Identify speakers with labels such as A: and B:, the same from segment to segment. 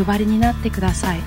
A: お配りになってください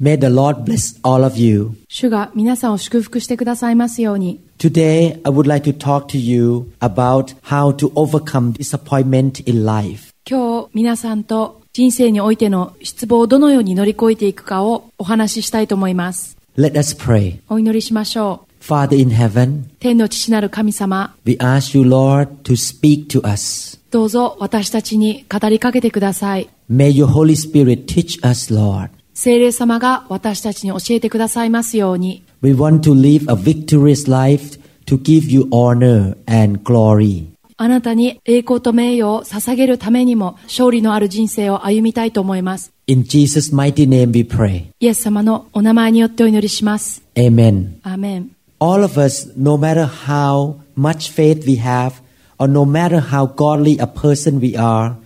B: May the Lord bless all of you.
A: 主が皆さんを祝福してくださいますように
B: Today, I would like to talk to you about how to overcome disappointment in life.
A: 今日皆さんと人生においての失望をどのように乗り越えていくかをお話ししたいと思います
B: Let us pray.
A: お祈りしましょ
B: Father in heaven,
A: う天の父なる神様
B: we ask you, Lord, to speak to us.
A: どうぞ私たちに語りかけてください
B: May your Holy Spirit teach us, Lord.
A: 聖霊様が私たちに教えてくださいますように
B: We want to live a victorious life to give you honor and glory.
A: あなたに栄光と名誉を捧げるためにも勝利のある人生を歩みたいと思います
B: In Jesus' mighty name we pray.
A: イエス様のお名前によってお祈りします
B: Amen.
A: アーメン
B: All of us, no matter how much faith we have, or no matter how godly a person we are,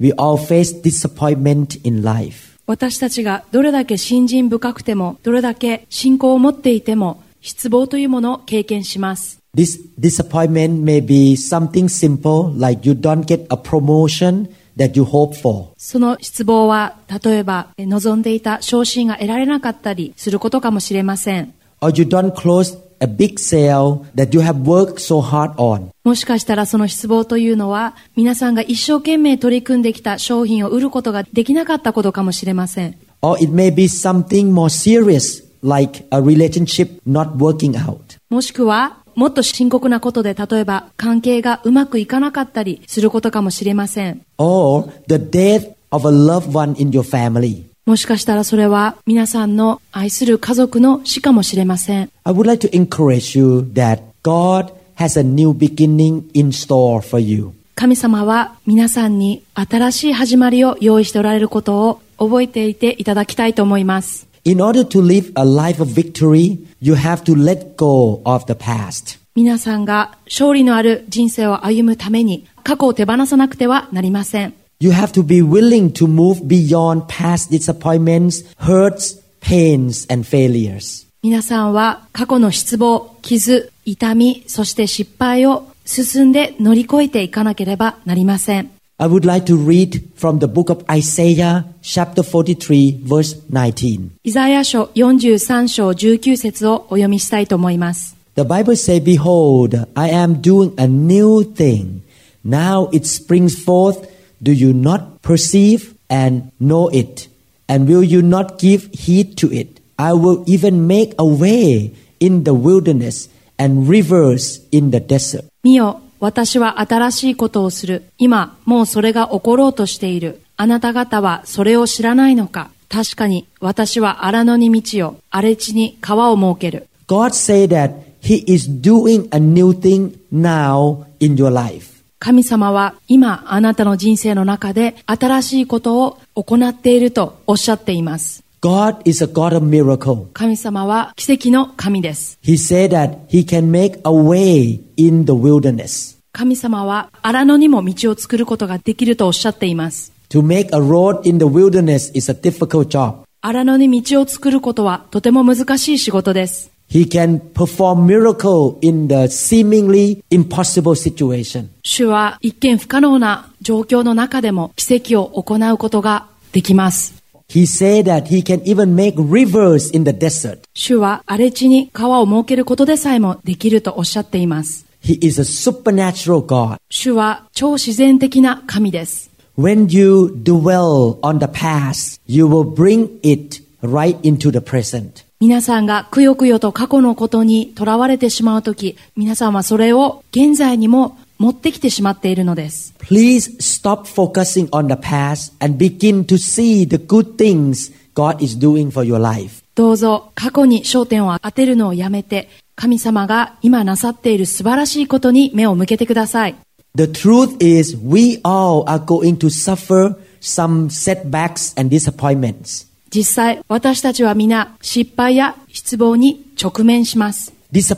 B: we all face disappointment in life.
A: 私たちがどれだけ信心深くてもどれだけ信仰を持っていても失望というものを経験します
B: This disappointment may be something simple, like you don't get a promotion that you hope for.
A: その失望は例えばえ望んでいた昇進が得られなかったりすることかもしれません
B: or you don't close a big sale that you have worked so hard on.
A: もしかしたらその失望というのは皆さんが一生懸命取り組んできた商品を売ることができなかったことかもしれません
B: Or it may be something more serious like a relationship not working out.
A: もしくはもっと深刻なことで例えば関係がうまくいかなかったりすることかもしれません
B: Or the death of a loved one in your family.
A: もしかしたらそれは皆さんの愛する家族の死かもしれません。
B: I would like to encourage you that God has a new beginning in store for you.
A: 神様は皆さんに新しい始まりを用意しておられることを覚えていていただきたいと思います。
B: In order to live a life of victory, you have to let go of the past.
A: 皆さんが勝利のある人生を歩むために過去を手放さなくてはなりません。
B: You have to be willing to move beyond past disappointments, hurts, pains, and failures.
A: 皆さんは過去の失望、傷、痛み、そして失敗を進んで乗り越えていかなければなりません。
B: I would like to read from the book of Isaiah, chapter 43, verse 19.
A: イザヤ書43章19節をお読みしたいと思います。
B: The Bible says, Behold, I am doing a new thing. Now it springs forth. Do you not perceive and know it? And will you not give heed to it? I will even make a way in the wilderness and rivers in the desert.
A: 見よ、私は新しいことをする。今、もうそれが起ころうとしている。あなた方はそれを知らないのか。確かに、私は荒野に道を、荒れ地に川を設ける。
B: God said that He is doing a new thing now in your life.
A: 神様は今あなたの人生の中で新しいことを行っているとおっしゃっています。
B: God is a God of miracle.
A: 神様は奇跡の神です。
B: He said that he can make a way in the wilderness.
A: 神様は荒野にも道を作ることができるとおっしゃっています。
B: To make a road in the wilderness is a difficult job.
A: 荒野に道を作ることはとても難しい仕事です。
B: He can perform miracle in the seemingly impossible situation.
A: 主は一見不可能な状況の中でも奇跡を行うことができます。
B: He said that he can even make rivers in the desert.
A: 主は荒れ地に川を設けることでさえもできるとおっしゃっています。
B: He is a supernatural God.
A: 主は超自然的な神です。
B: When you dwell on the past, you will bring it right into the present.
A: 皆さんがくよくよと過去のことにとらわれてしまうとき、皆さんはそれを現在にも持ってきてしまっているのです。
B: Please stop focusing on the past and begin to see the good things God is doing for your life.
A: どうぞ過去に焦点を当てるのをやめて、神様が今なさっている素晴らしいことに目を向けてください。
B: The truth is, we all are going to suffer some setbacks and disappointments.
A: 実際、私たちは皆失敗や失望に直面します。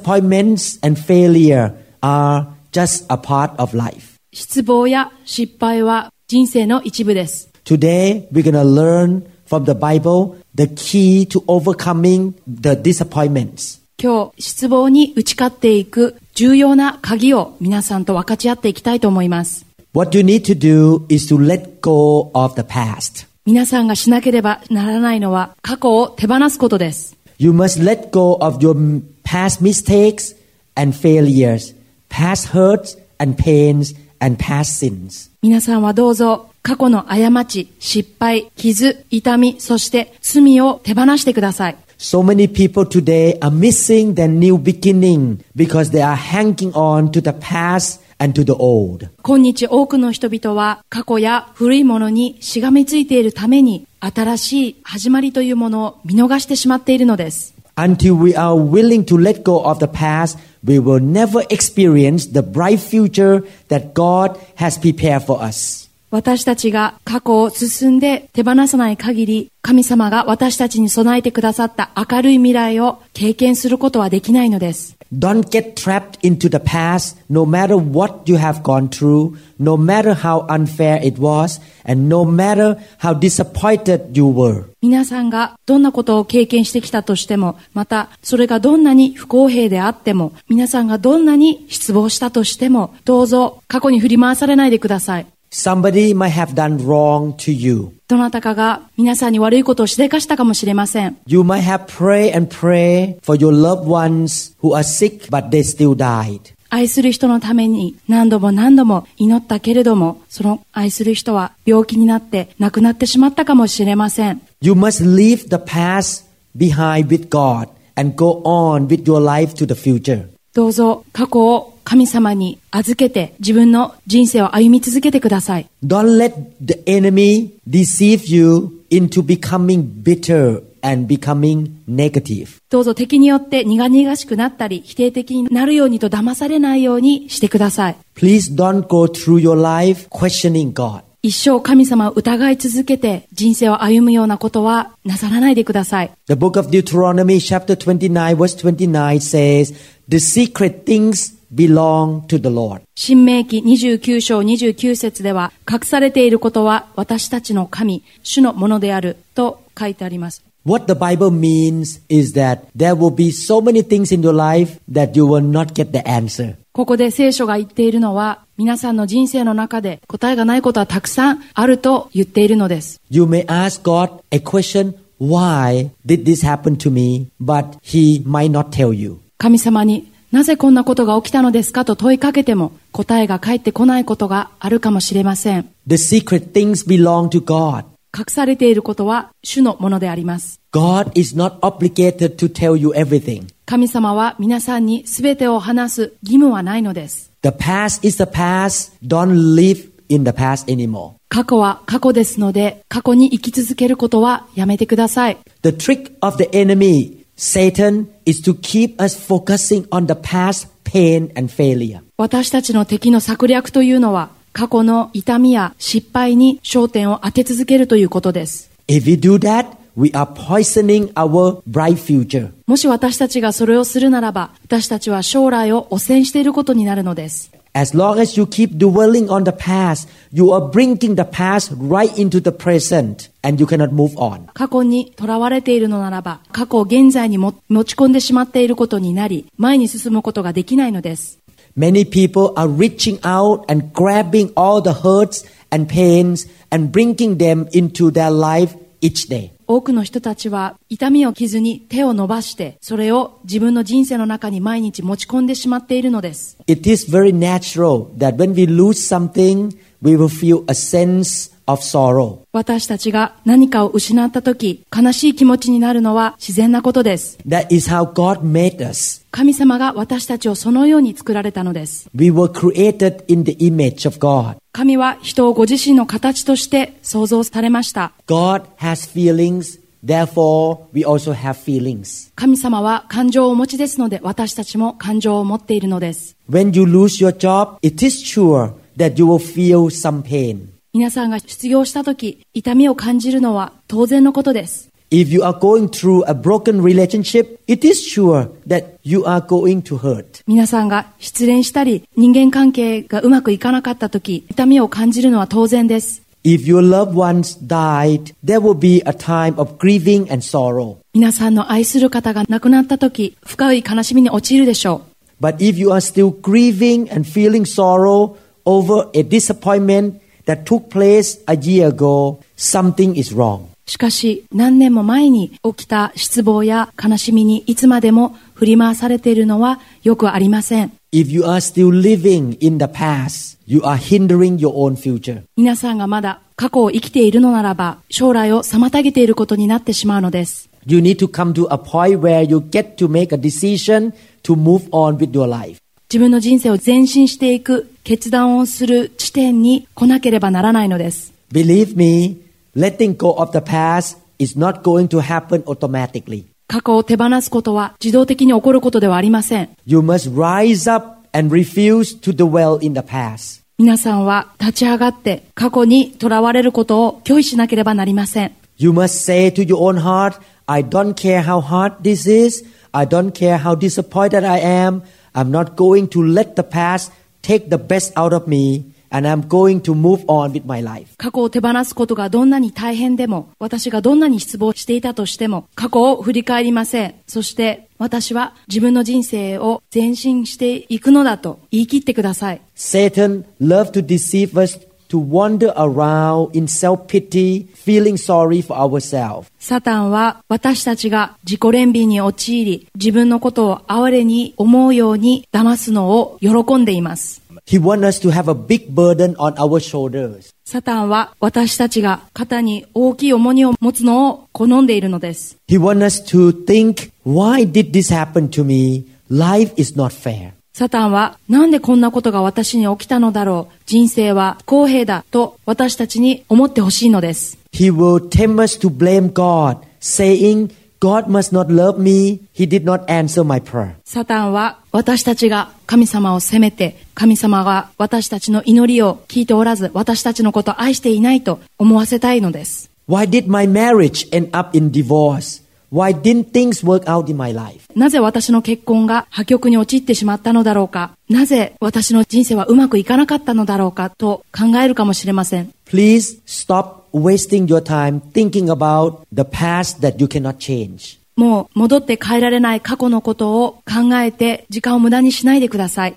B: Disappointments and failure are just a part of life.
A: 失望や失敗は人生の一部です。
B: Today, we're going to learn from the Bible the key to overcoming the disappointments.
A: 今日、失望に打ち勝っていく重要な鍵を皆さんと分かち合っていきたいと思います。
B: What you need to do is to let go of the past.
A: 皆さんがしなければならないのは過去を手放すことです。
B: You must let go of your m- past mistakes and failures, past hurts and pains, and past sins.
A: 皆さんはどうぞ過去の過ち、失敗、傷、痛み、そして罪を手放してください。
B: So many people today are missing their new beginning because they are hanging on to the past and to the old.
A: 今日多くの人々は過去や古いものにしがみついているために新しい始まりというものを見逃してしまっているのです。
B: Until we are willing to let go of the past, we will never experience the bright future that God has prepared for us.
A: 私たちが過去を進んで手放さない限り神様が私たちに備えてくださった明るい未来を経験することはできないのです。
B: Don't get trapped into the past, no matter what you have gone through, no matter how unfair it was, and no matter how disappointed you were.
A: 皆さんがどんなことを経験してきたとしても、またそれがどんなに不公平であっても、皆さんがどんなに失望したとしても、どうぞ過去に振り回されないでください。
B: Somebody might have done wrong to you.
A: どなたかが皆さんに悪いことをしでかしたかもしれません。
B: You might have prayed and prayed for your loved ones who are sick but they still died.
A: 愛する人のために何度も何度も祈ったけれども、その愛する人は病気になって亡くなってしまったかもしれません。
B: You must leave the past behind with God and go on with your life to the future.
A: どうぞ過去を神様に預けて自分の人生を歩み続けてください。
B: Don't let the enemy deceive you into becoming bitter and becoming negative.
A: どうぞ敵によって苦々しくなったり、否定的になるようにと騙されないようにしてください。
B: Please don't go through your life questioning God.
A: 一生神様を疑い続けて人生を歩むようなことはなさらないでください。
B: The book of Deuteronomy, chapter 29, verse 29 says, The secret things belong to the Lord.
A: 新明記29章29節では、隠されていることは私たちの神、主のものであると書いてあります。
B: What the Bible means is that there will be so many things in your life that you will not get the answer.
A: ここで聖書が言っているのは、皆さんの人生の中で答えがないことはたくさんあると言っているのです。
B: You may ask God a question, why did this happen to me? But He might not tell you.
A: 神様になぜこんなことが起きたのですかと問いかけても答えが返ってこないことがあるかもしれません。
B: The secret things belong to God.
A: 隠されていることは主のものであります。
B: God is not obligated to tell you everything.
A: 神様は皆さんに全てを話す義務はないのです。
B: The past is the past. Don't live in the past anymore.
A: 過去は過去ですので、過去に生き続けることはやめてください。
B: The trick of the enemy, Satan, is to keep us focusing on the past pain and failure.
A: 私たちの敵の策略というのは、過去の痛みや失敗に焦点を当て続けるということです。
B: If we do that, we are poisoning our bright future.
A: もし私たちがそれをするならば、私たちは将来を汚染していることになるのです。
B: As long as you keep dwelling on the past, you are bringing the past right into the present and you cannot move on.
A: 過去にとらわれているのならば、過去を現在にも持ち込んでしまっていることになり、前に進むことができないのです。
B: Many people are reaching out and grabbing all the hurts and pains and bringing them into their life each day.
A: 多くの人たちは痛みを傷に手を伸ばして、それを自分の人生の中に毎日持ち込んでしまっているのです。
B: It is very natural that when we lose something, we will feel a sense of sorrow.
A: 私たちが何かを失った時、悲しい気持ちになるのは自然なことです。
B: That is how God made us.
A: 神様が私たちをそのように作られたのです。
B: We were created in the image of God.
A: 神は人をご自身の形として創造されました。
B: God has feelings, therefore, we also have feelings.
A: 神様は感情をお持ちですので、私たちも感情を持っているのです。
B: When you lose your job, it is sure that you will feel some pain.
A: 皆さんが失業した時、痛みを感じるのは当然のことです。
B: If you are going through a broken relationship, it is sure that you are going to hurt.
A: 皆さんが失恋したり、人間関係がうまくいかなかった時、痛みを感じるのは当然です。
B: If your loved ones died, there will be a time of grieving and sorrow.
A: 皆さんの愛する方が亡くなった時、深い悲しみに陥るでしょう。
B: But if you are still grieving and feeling sorrow over a disappointment that took place a year ago, something is wrong.
A: しかし、何年も前に起きた失望や悲しみにいつまでも振り回されているのはよくありません。
B: If you are still living in the past, you are hindering your own future.
A: 皆さんがまだ過去を生きているのならば、将来を妨げていることになってしまうのです。
B: You need to come to a point where you get to make a decision to move on with your life.
A: 自分の人生を前進していく決断をする地点に来なければならないのです。
B: Believe me, letting go of the past is not going to happen automatically.
A: 過去を手放すことは自動的に起こることではありません。
B: You must rise up and refuse to dwell in the past.
A: 皆さんは立ち上がって過去にとらわれることを拒否しなければなりません。
B: You must say to your own heart, I don't care how hard this is. I don't care how disappointed I am. I'm not going to let the past take the best out of me. And I'm going to move on with my life.
A: 過去を手放すことがどんなに大変でも、私がどんなに失望していたとしても、過去を振り返りません。そして、私は自分の人生を前進していくのだと言い切ってください。
B: Satan loves to deceive us to wander around in self pity, feeling sorry for ourselves.
A: サタンは私たちが自己憐憫に陥り、自分のことを哀れに思うように騙すのを喜んでいます。
B: He wants us to have a big burden on our shoulders.
A: サタンは私たちが肩に大きい重荷を持つのを好んでいるのです。
B: He wants us to think, why did this happen to me? Life is not fair.
A: サタンはなんでこんなことが私に起きたのだろう人生は不公平だと私たちに思ってほしいのです。
B: He will tempt us to blame God, saying, God must not love me. He did not answer my prayer.
A: サタンは私たちが神様を責めて神様が私たちの祈りを聞いておらず私たちのことを愛していないと思わせたいのです。
B: Why did my marriage end up in divorce? Why didn't things work out in my life?
A: なぜ私の結婚が破局に陥ってしまったのだろうかなぜ私の人生はうまくいかなかったのだろうかと考えるかもしれません。
B: Please stop wasting your time thinking about the past that you cannot change.
A: もう戻って変えられない過去のことを考えて時間を無駄にしないでください。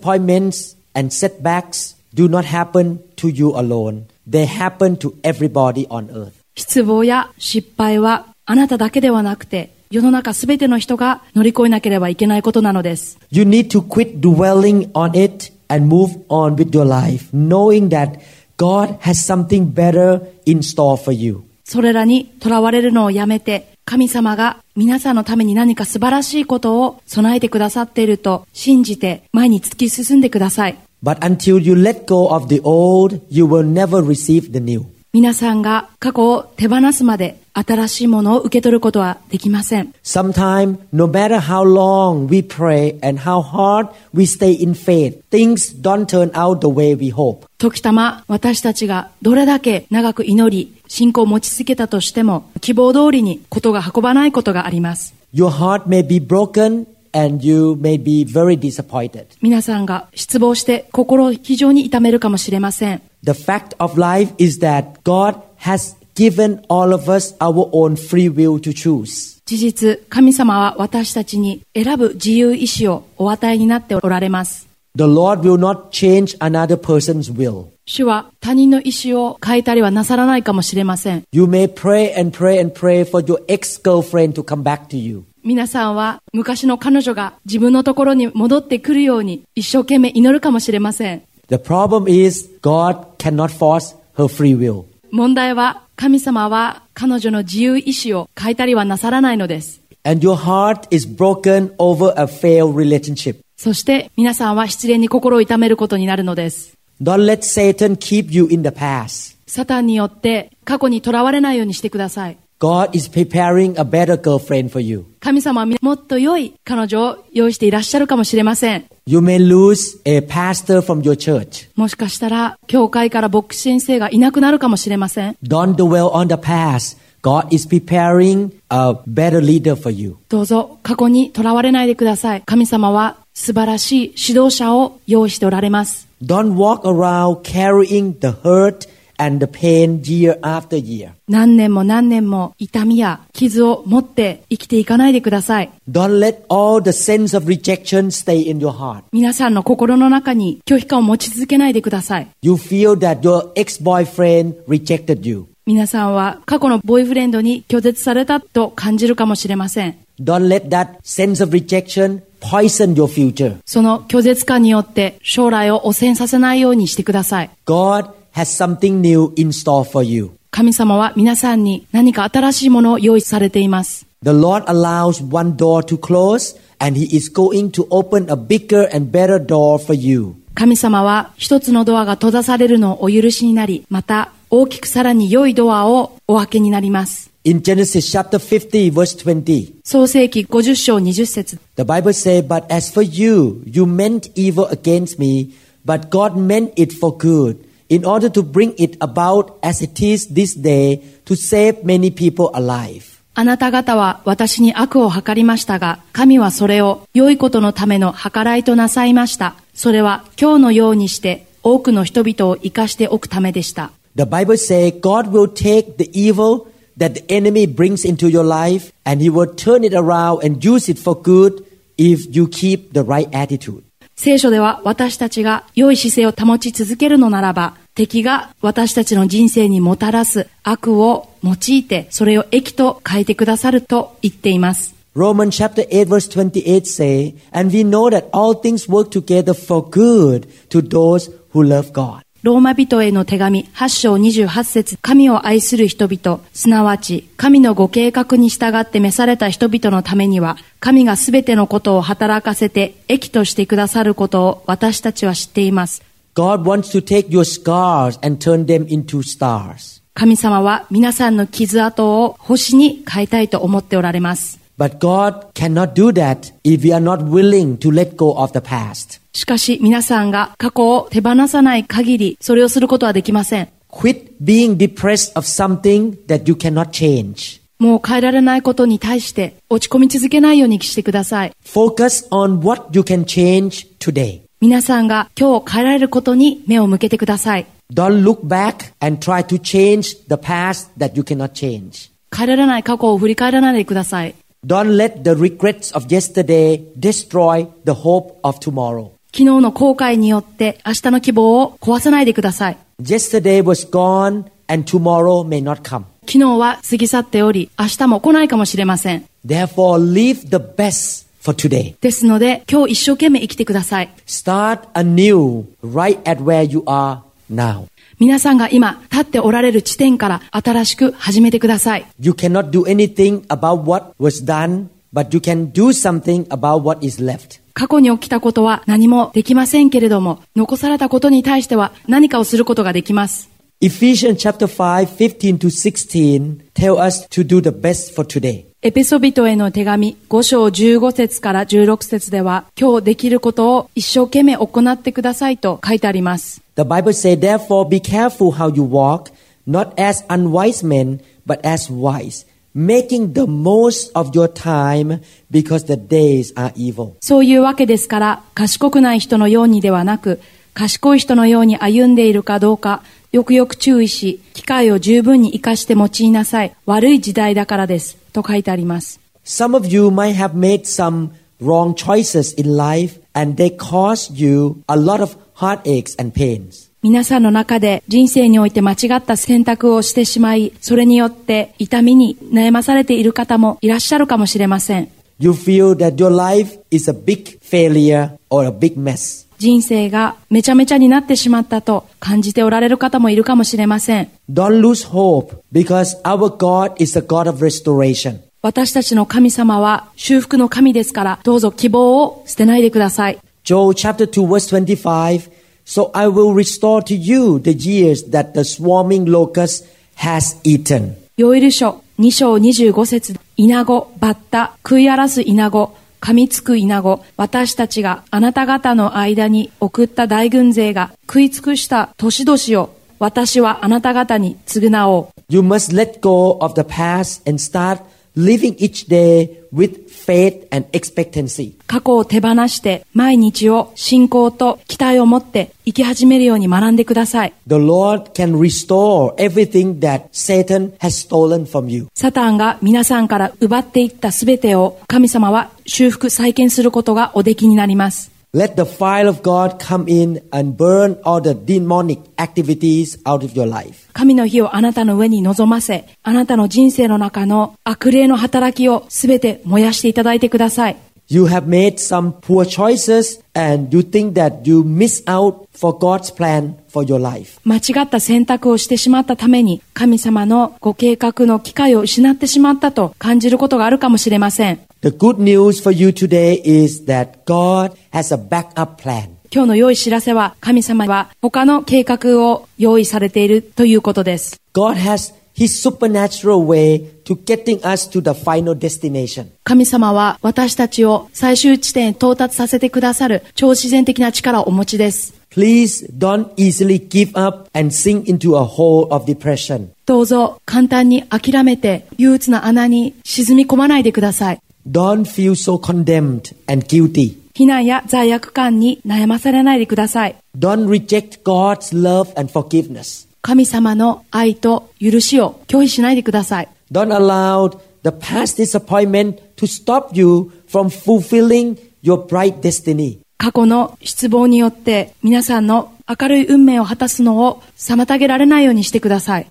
B: Disappointments and setbacks do not happen to you alone. They happen to everybody on earth.
A: 失望や失敗はあなただけではなくて世の中すべての人が乗り越えなければいけないことなのです。
B: You need to quit dwelling on it and move on with your life, knowing that God has something better in store for you.
A: それらに囚われるのをやめて神様が皆さんのために何か素晴らしいことを備えてくださっていると信じて前に突き進んでください。
B: But until you let go of the old, you will never receive the new.
A: 皆さんが過去を手放すまで新しいものを受け取ることはできません。
B: Sometimes, no matter how long we pray and how hard we stay in faith, things don't turn out the way we hope.
A: 時たま私たちがどれだけ長く祈り信仰を持ち続けたとしても希望通りにことが運ばないことがあります
B: Your heart may be broken and you may be very disappointed.
A: 皆さんが失望して心を非常に痛めるかもしれません
B: The fact of life is that God has given all of us our own free will to choose.
A: 事実神様は私たちに選ぶ自由意志をお与えになっておられます
B: The Lord will not change another person's will.
A: 主は他人の意志を変えたりはなさらないかもしれません
B: You may pray and pray and pray for your ex girlfriend to come back to you.
A: 皆さんは昔の彼女が自分のところに戻ってくるように一生懸命祈るかもしれません
B: The problem is God cannot force her free will.
A: 問題は神様は彼女の自由意志を変えたりはなさらないのです。
B: And your heart is broken over a failed relationship.
A: そして皆さんは失恋に心を痛めることになるのです。
B: Don't let Satan keep you in the past.
A: サタンによって過去にとらわれないようにしてください。
B: God is preparing a better girlfriend for you.
A: 神様はもっと良い彼女を用意していらっしゃるかもしれません。
B: You may lose a pastor from your church.
A: もしかしたら、教会から牧師先生がいなくなるかもしれません。
B: Don't dwell on the past. God is preparing a better leader for you.
A: どうぞ、過去にとらわれないでください。神様は素晴らしい指導者を用意しておられます。
B: Don't walk around carrying the hurt and the pain year after year.
A: 何年も何年も痛みや傷を持って生きていかないでください。
B: Don't let all the sense of rejection stay in your heart.
A: 皆さんの心の中に拒否感を持ち続けないでください。
B: You feel that your ex-boyfriend rejected you.
A: 皆さんは過去のボーイフレンドに拒絶されたと感じるかもしれません。
B: Don't let that sense of rejection poison your future.
A: その拒絶感によって将来を汚染させないようにしてください。
B: God has something new in store for you.
A: 神様は皆さんに何か新しいものを用意されています。
B: The Lord allows one door to close and He is going to open a bigger and better door for you.
A: 神様は一つのドアが閉ざされるのをお許しになり、また大きくさらに良いドアをお開けになります。
B: In Genesis chapter 50 verse 20,
A: 創世紀50章20節
B: the Bible says, But as for you, you meant evil against me, but God meant it for good, in order to bring it about as it is this day, to save many people alive.
A: あなた方は私に悪を計りましたが、神はそれを良いことのための計らいとなさいました。それは今日のようにして多くの人々を生かしておくためでした。
B: The Bible says God will take the evil that the enemy brings into your life and he will turn it around and use it for good if you keep the right attitude.
A: 聖書では私たちが良い姿勢を保ち続けるのならば、敵が私たちの人生にもたらす悪を用いて、それを益と変えてくださると言っています。
B: Romans chapter 8 verse 28 say, and we know that all things work together for good to those who love God.
A: ローマ人への手紙8章28節神を愛する人々、すなわち神のご計画に従って召された人々のためには、神がすべてのことを働かせて益としてくださることを私たちは知っています。
B: God wants to take your scars and turn them into stars.
A: 神様は皆さんの傷跡を星に変えたいと思っておられます。
B: But God cannot do that if we are not willing to let go of the past.
A: しかし皆さんが過去を手放さない限り、それをすることはできません。
B: Quit being depressed of something that you cannot change.
A: もう変えられないことに対して落ち込み続けないようにしてください。
B: Focus on what you can change today.
A: 皆さんが今日変えられることに目を向けてください。
B: Don't look back and try to change the past that you cannot change.
A: 変えられない過去を振り返らないでください。
B: Don't let the regrets of yesterday destroy the hope of tomorrow.
A: 昨日の後悔によって明日の希望を壊さないでください。
B: Yesterday was gone and tomorrow may not come.
A: 昨日は過ぎ去っており、明日も来ないかもしれません。
B: Therefore, live the best for today.
A: ですので、今日一生懸命生きてください。
B: Start anew right at where you are now.
A: 皆さんが今立っておられる地点から新しく始めてください。
B: You cannot do anything about what was done, but you can do something about what is left.
A: 過去に起きたことは何もできませんけれども、残されたことに対しては何かをすることができます。
B: Ephesians chapter 5, 15 to 16 tell us to do the best for today.
A: エペソビトへの手紙5章15節から16節では、今日できることを一生懸命行ってくださいと書いてあります。
B: The Bible says, therefore, be careful how you walk, not as unwise men, but as wise, making the most of your time because the days are evil.
A: そういうわけですから、賢くない人のようにではなく、賢い人のように歩んでいるかどうか、よくよく注意し、機会を十分に活かして用いなさい。悪い時代だからです。と書いてあります。
B: Some of you might have made some wrong choices in life and they caused you a lot of heartaches and pains.
A: 皆さんの中で人生において間違った選択をしてしまい、それによって痛みに悩まされている方もいらっしゃるかもしれません。
B: You feel that your life is a big failure or a big mess.
A: 人生がめちゃめちゃになってしまったと感じておられる方もいるかもしれません。
B: Don't lose hope because our God is a God of restoration.
A: 私たちの神様は修復の神ですから、どうぞ希望を捨てないでください。
B: Joel chapter 2 verse 25. So I will restore to you the years that the swarming locust has eaten.
A: ヨエル書2章25節イナゴ、バッタ、食い荒らすイナゴ、噛みつくイナゴ、私たちがあなた方の間に送った大軍勢が食い尽くした年々を私はあなた方に償おう。
B: You must let go of the past and start living each day with faith and expectancy.
A: 過去を手放して毎日を信仰と期待を持って生き始めるように学んでください。
B: The Lord can restore everything that Satan has stolen from you.
A: サタンが皆さんから奪っていったすべてを神様は修復再建することがおできになります。
B: Let the fire of God come in and burn all the demonic activities out of your life.
A: 神の火をあなたの上に望ませ、あなたの人生の中の悪霊の働きをすべて燃やしていただいてください。
B: You have made some poor choices and you think that you miss out for God's plan for your life.
A: 間違った選択をしてしまったために神様のご計画の機会を失ってしまったと感じることがあるかもしれません。
B: The good news for you today is that God has a backup plan.
A: 今日の良い知らせは神様は他の計画を用意されているということです。
B: God has his supernatural way to getting us to the final destination.
A: 神様は私たちを最終地点へ到達させてくださる超自然的な力をお持ちです。
B: Please don't easily give up and sink into a hole of depression.
A: どうぞ簡単に諦めて憂鬱な穴に沈み込まないでください。
B: Don't feel so condemned and guilty.
A: 非難や罪悪感に悩まされないでください。
B: Don't reject God's love and forgiveness.
A: 神様の愛と許しを拒否しないでください。
B: Don't allow the past disappointment to stop you from fulfilling your bright destiny.
A: 過去の失望によって皆さんの明るい運命を果たすのを妨げられないようにしてください。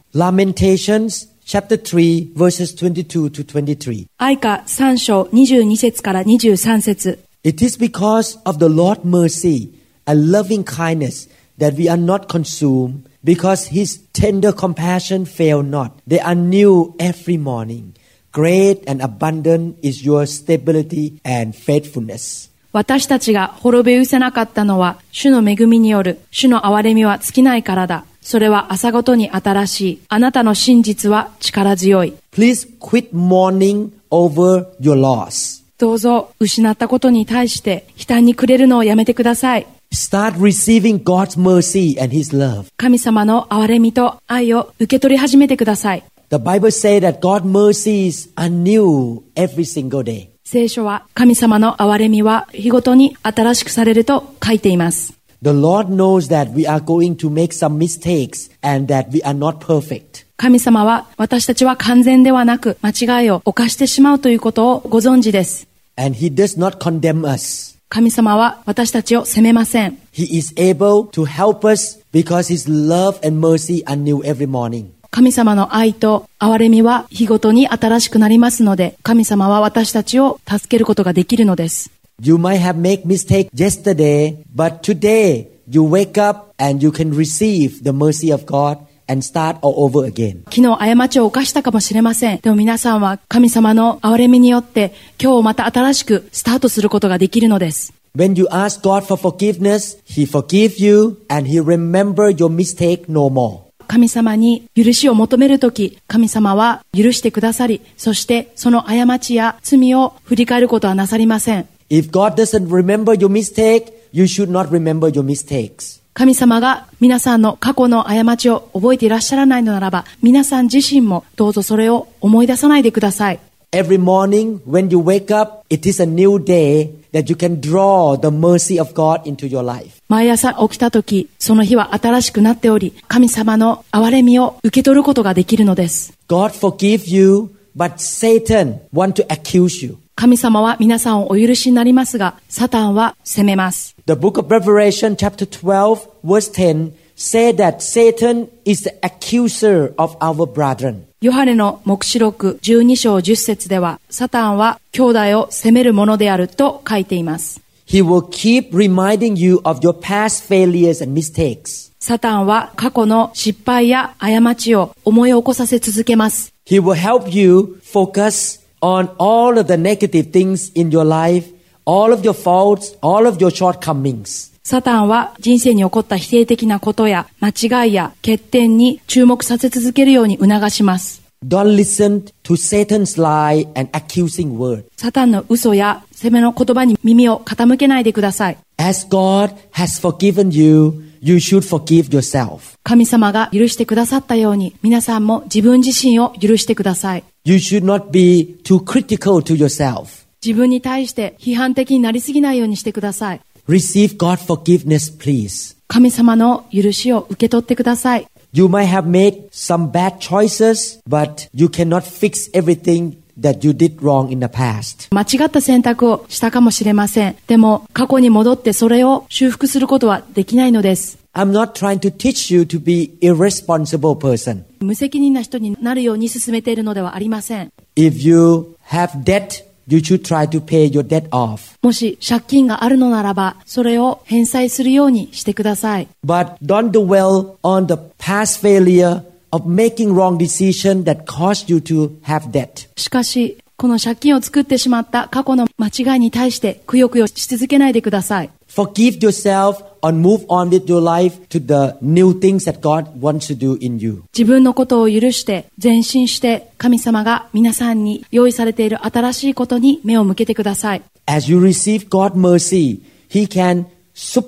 B: Lamentations chapter 3 verses 22 to 23.
A: 愛歌3章22節から23節
B: It is because of the Lord's mercy and loving kindness that we are not consumed, because his tender compassion fail not. They are new every morning. Great and abundant is your stability and faithfulness.
A: 私たちが滅び失せなかったのは、主の恵みによる、主の憐れみは尽きないからだ。それは朝ごとに新しい。あなたの真実は力強い。
B: Please quit mourning over your loss.
A: どうぞ、失ったことに対して、悲嘆に暮れるのをやめてください。
B: Start receiving God's mercy and his love.
A: 神様の憐れみと愛を受け取り始めてください。
B: The Bible says that God's mercies are new every single day.
A: 聖書は、神様の憐れみは日ごとに新しくされると書いています。
B: The Lord knows that we are going to make some mistakes and that we are not perfect.
A: 神様は私たちは完全ではなく間違いを犯してしまうということをご存知です。
B: And He does not condemn us.
A: 神様は私たちを責めません。
B: He is able to help us because His love and mercy are new every morning.
A: 神様の愛と憐れみは日ごとに新しくなりますので、神様は私たちを助けることができるのです。
B: You might have made mistake yesterday, but today you wake up and you can receive the mercy of God and start all over again.
A: 昨日過ちを犯したかもしれません。でも皆さんは神様の憐れみによって今日また新しくスタートすることができるのです。
B: When you ask God for forgiveness, He forgive you and He remember your mistake no more.
A: 神様に許しを求めるとき、神様は許してくださり、そしてその過ちや罪を振り返ることはなさりません。
B: If God doesn't remember your mistake, you should not remember your mistakes.
A: 神様が皆さんの過去の過ちを覚えていらっしゃらないのならば、皆さん自身もどうぞそれを思い出さないでください。
B: Every morning when you wake up, it is a new day that you can draw the mercy of God into your life.
A: 毎朝起きたとき、その日は新しくなっており、神様の憐れみを受け取ることができるのです。
B: God forgive you, but Satan want to accuse you.
A: 神様は皆さんをお許しになりますが、サタンは責めます。
B: The book of Revelation chapter 12 verse 10 say that Satan is the accuser of our brethren.
A: ヨハネの黙示録12章10節では、サタンは兄弟を責めるものであると書いています。
B: He will keep reminding you of your past failures and mistakes.
A: サタンは過去の失敗や過ちを思い起こさせ続けます。
B: He will help you focus on all of the negative things in your life, all of your faults, all of your shortcomings.
A: サタンは人生に起こった否定的なことや間違いや欠点に注目させ続けるように促します。
B: Don't listen to Satan's lie and accusing word.
A: サタンの嘘や責めの言葉に耳を傾けないでください。
B: As God has forgiven you, you should forgive yourself.
A: 神様が許してくださったように、皆さんも自分自身を許してください。
B: You should not be too critical to yourself.
A: 自分に対して批判的になりすぎないようにしてください。
B: Receive God's forgiveness, please.
A: 神様の許しを受け取ってください。
B: You might have made some bad choices, but you cannot fix everything that you did wrong in the past.
A: 間違った選択をしたかもしれません。でも、過去に戻ってそれを修復することはできないのです。
B: I'm not trying to teach you to be irresponsible person.
A: 無責任な人になるように進めているのではありません。
B: If you have debt, you should try to pay your debt off.
A: もし借金があるのならば、それを返済するようにしてください。
B: But don't dwell on the past failure of making wrong decision that caused you to have debt.
A: しかし、この借金を作ってしまった過去の間違いに対してくよくよし続けないでください。
B: Forgive yourself and move on with your life to the new things that God wants to do in you.
A: 自分のことを許して、前進して、神様が皆さんに用意されている新しいことに目を向けてください。
B: As you receive God's mercy, He can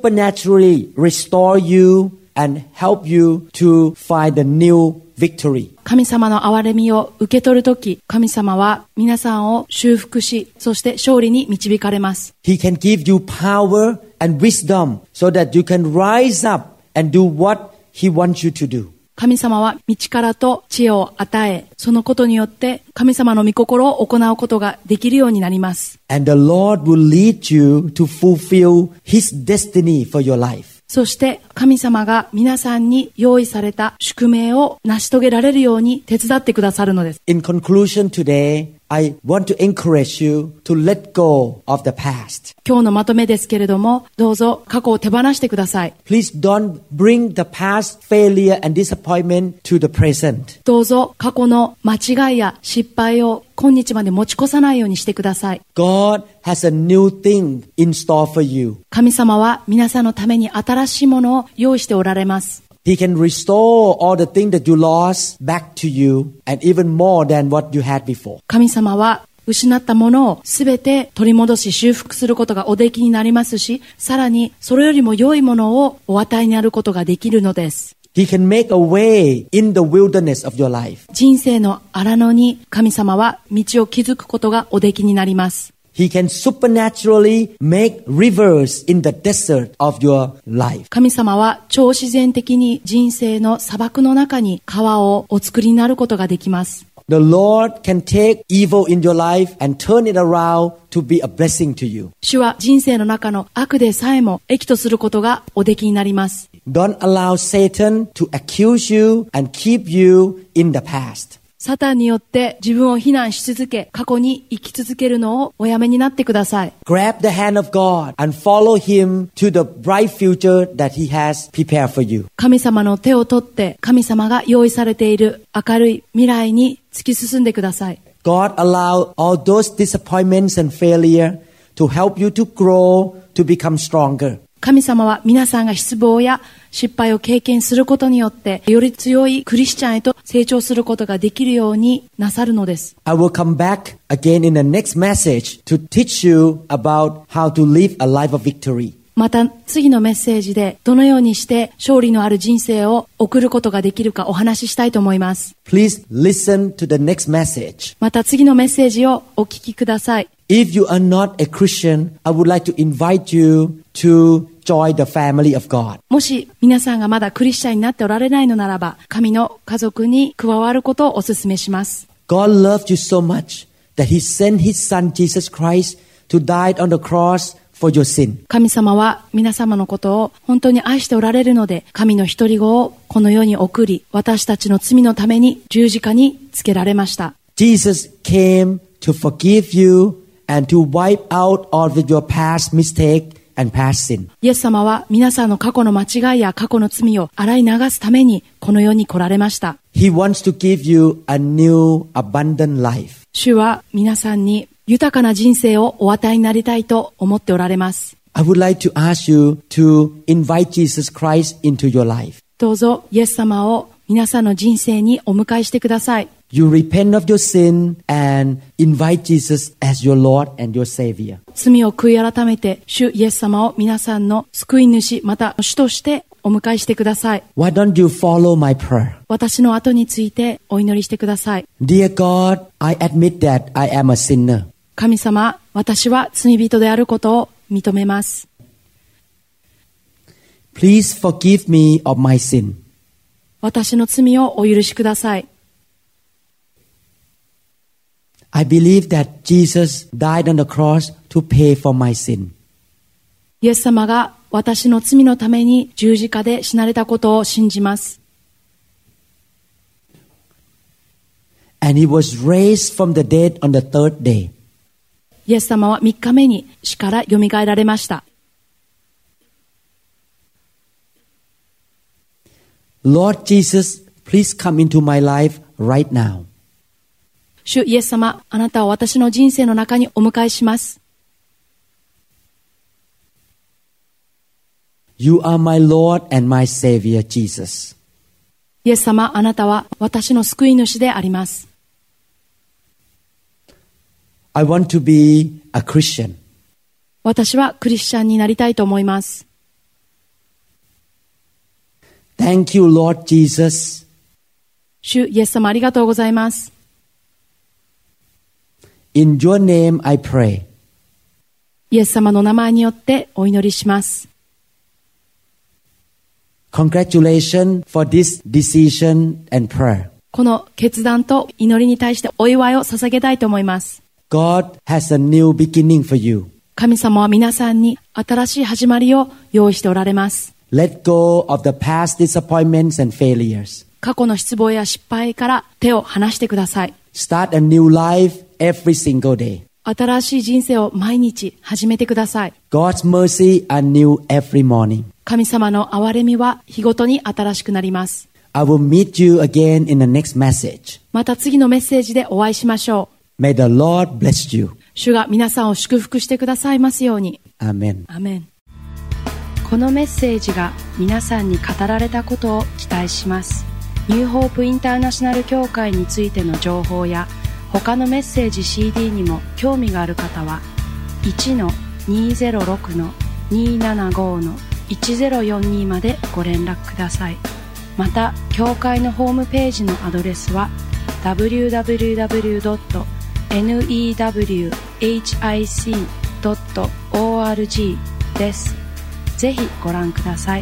B: supernaturally restore you and help you to find a new victory.
A: 神様の憐れみを受け取るとき、神様は皆さんを修復し、そして勝利に導かれます。
B: He can give you power and wisdom so that you can rise up and do what He wants you to do.
A: 神様は道からと知恵を与え、そのことによって神様の御心を行うことができるようになります。
B: And the Lord will lead you to fulfill His destiny for your life.
A: そして神様が皆さんに用意された宿命を成し遂げられるように手伝ってくださるのです。
B: In conclusion today, I want to encourage you to let go of the past.
A: 今日のまとめですけれども、どうぞ過去を手放してください。
B: Please don't bring the past failure and disappointment to the present.
A: どうぞ過去の間違いや失敗を今日まで持ち越さないようにしてください。
B: God has a new thing in store for you.
A: 神様は皆さんのために新しいものを用意しておられます。
B: He can restore all the things that you lost back to you and even more than what you had before.
A: 神様は失ったものをすべて取り戻し修復することがおできになりますし、さらにそれよりも良いものをお与えになることができるのです。
B: He can make a way in the wilderness of your life.
A: 人生の荒野に神様は道を築くことがおできになります。
B: He can supernaturally make rivers in the desert of your life.
A: 神様は超自然的に人生の砂漠の中に川をお作りになることができます。
B: The Lord can take evil in your life and turn it around to be a blessing to you.
A: 主は人生の中の悪でさえも益とすることがおできになります。
B: Don't allow Satan to accuse you and keep you in the past.
A: サタンによって自分を非難し続け、過去に生き続けるのをおやめになってください。
B: Grab the hand of God and follow him to the bright future that he has prepared for you.
A: 神様の手を取って、神様が用意されている明るい未来に突き進んでください。
B: God allow all those disappointments and failure to help you to grow, to become stronger.
A: 神様は皆さんが失望や失敗を経験することによって、より強いクリスチャンへと成長することができるようになさるのです。
B: I will come back again in the next message to teach you about how to live a life of victory.
A: また次のメッセージでどのようにして勝利のある人生を送ることができるかお話ししたいと思います。
B: Please listen to the next message.
A: また次のメッセージをお聞きください。
B: If you are not a Christian, I would like to invite you to join the family of God.
A: もし皆さんがまだクリスチャンになっておられないのならば、神の家族に加わることをお勧めします。
B: God loved you so much that he sent his son Jesus Christ to die on the cross for your sin.
A: 神様は皆様のことを本当に愛しておられるので、神の一人子をこの世に送り、私たちの罪のために十字架につけられました。
B: Jesus came to forgive you and to wipe out all of your past mistake and past sin.
A: イエス様は皆さんの過去の間違いや過去の罪を洗い流すためにこの世に来られました。
B: He wants to give you a new abundant life.
A: 主は皆さんに豊かな人生をお与えになりたいと思っておられます。
B: I would like to ask you to invite Jesus Christ into your life.
A: どうぞイエス様を皆さんの人生にお迎えしてください。
B: You repent of your sin and invite Jesus as your Lord and your Savior.
A: 罪を悔い改めて、主イエス様を皆さんの救い主、また主としてお迎えしてください。
B: Why don't you follow my prayer?
A: 私の後についてお祈りしてください。
B: Dear God, I admit that I am a sinner.
A: 神様、私は罪人であることを認めます。
B: Please forgive me of my sin.
A: 私の罪をお許しください。
B: I believe that Jesus died on the cross to pay for my sin.
A: イエス様が私の罪のために十字架で死なれたことを信じます。
B: And he was raised from the dead on the third day.
A: イエス様は3日目に死から蘇られました。
B: Lord Jesus, please come into my life right now.
A: 主イエス様、あなたを私の人生の中にお迎えします。
B: You are my Lord and my Savior, Jesus.
A: イエス様、あなたは私の救い主であります。
B: I want to be a Christian.
A: 私はクリスチャンになりたいと思います。
B: Thank you, Lord Jesus.
A: 主イエス様、ありがとうございます。
B: In your name I pray.
A: イエス様の名前によってお祈りします。
B: Congratulations for this decision and prayer.
A: この決断と祈りに対してお祝いを捧げたいと思います。
B: God has a new beginning for you.
A: 神様は皆さんに新しい始まりを用意しておられます。
B: Let go of the past disappointments and failures.
A: 過去の失望や失敗から手を離してください。
B: Start a new life every single day.
A: 新しい人生を毎日始めてください。
B: God's mercy are new every morning.
A: 神様の憐れみは日ごとに新しくなります。
B: I will meet you again in the next message.
A: また次のメッセージでお会いしましょ
B: May the Lord bless you.
A: う。主が皆さんを祝福してくださいますように。
B: Amen.
A: アメン。
C: このメッセージが皆さんに語られたことを期待しますニューホープインターナショナル協会についての情報や他のメッセージ CD にも興味がある方は1-206-275-1042までご連絡くださいまた協会のホームページのアドレスは www.newhic.org ですぜひご覧ください